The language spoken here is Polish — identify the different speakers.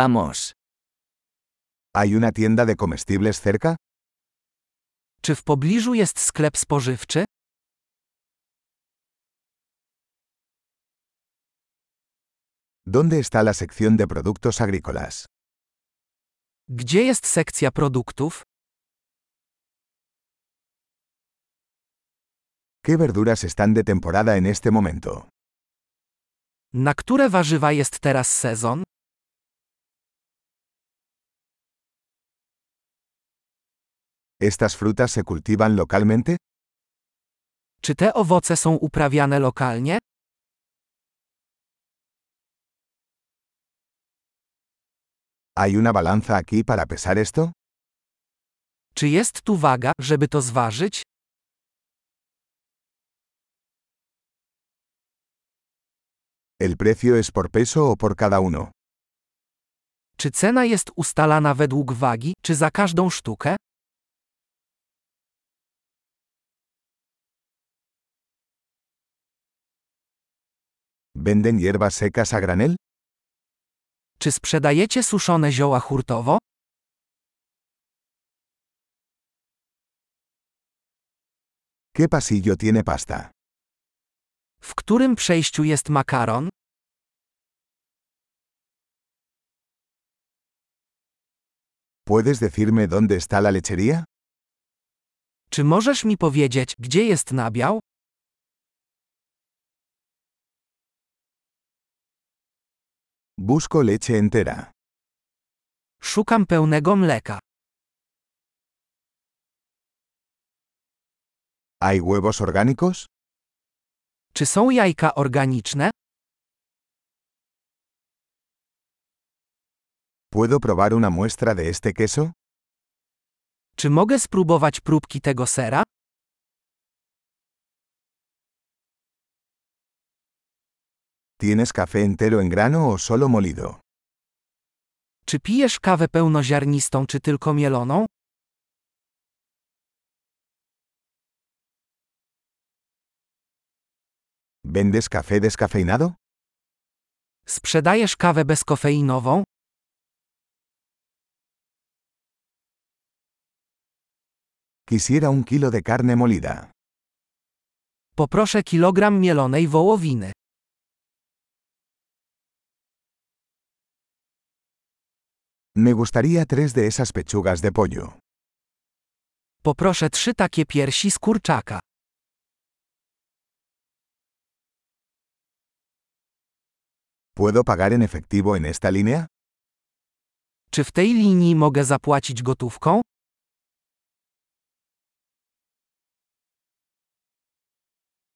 Speaker 1: Vamos.
Speaker 2: ¿Hay una tienda de comestibles cerca?
Speaker 1: Czy w pobliżu jest sklep spożywczy?
Speaker 2: ¿Dónde está la sección de productos agrícolas?
Speaker 1: Gdzie jest sekcja produktów?
Speaker 2: ¿Qué verduras están de temporada en este momento?
Speaker 1: Na które warzywa jest teraz sezon?
Speaker 2: ¿Estas frutas se cultivan localmente?
Speaker 1: Czy te owoce są uprawiane lokalnie?
Speaker 2: ¿Hay una balanza aquí para pesar esto?
Speaker 1: Czy jest tu waga, żeby to zważyć?
Speaker 2: ¿El precio es por peso o por cada uno?
Speaker 1: Czy cena jest ustalana według wagi, czy za każdą sztukę?
Speaker 2: ¿Venden hierbas secas a granel?
Speaker 1: Czy sprzedajecie suszone zioła hurtowo?
Speaker 2: ¿Qué pasillo tiene pasta?
Speaker 1: W którym przejściu jest makaron?
Speaker 2: ¿Puedes decirme dónde está la lechería?
Speaker 1: Czy możesz mi powiedzieć, gdzie jest nabiał?
Speaker 2: Busco leche entera.
Speaker 1: Szukam pełnego mleka.
Speaker 2: ¿Hay huevos orgánicos?
Speaker 1: Czy są jajka organiczne?
Speaker 2: ¿Puedo probar una muestra de este queso?
Speaker 1: Czy mogę spróbować próbki tego sera?
Speaker 2: ¿Tienes café entero en grano o solo molido?
Speaker 1: Czy pijesz kawę pełnoziarnistą czy tylko mieloną?
Speaker 2: ¿Vendes café descafeinado?
Speaker 1: Sprzedajesz kawę bezkofeinową?
Speaker 2: Quisiera un kilo de carne molida.
Speaker 1: Poproszę kilogram mielonej wołowiny.
Speaker 2: Me gustaría tres de esas pechugas de pollo.
Speaker 1: Poproszę trzy takie piersi z kurczaka.
Speaker 2: ¿Puedo pagar en efectivo en esta línea?
Speaker 1: Czy w tej linii mogę zapłacić gotówką?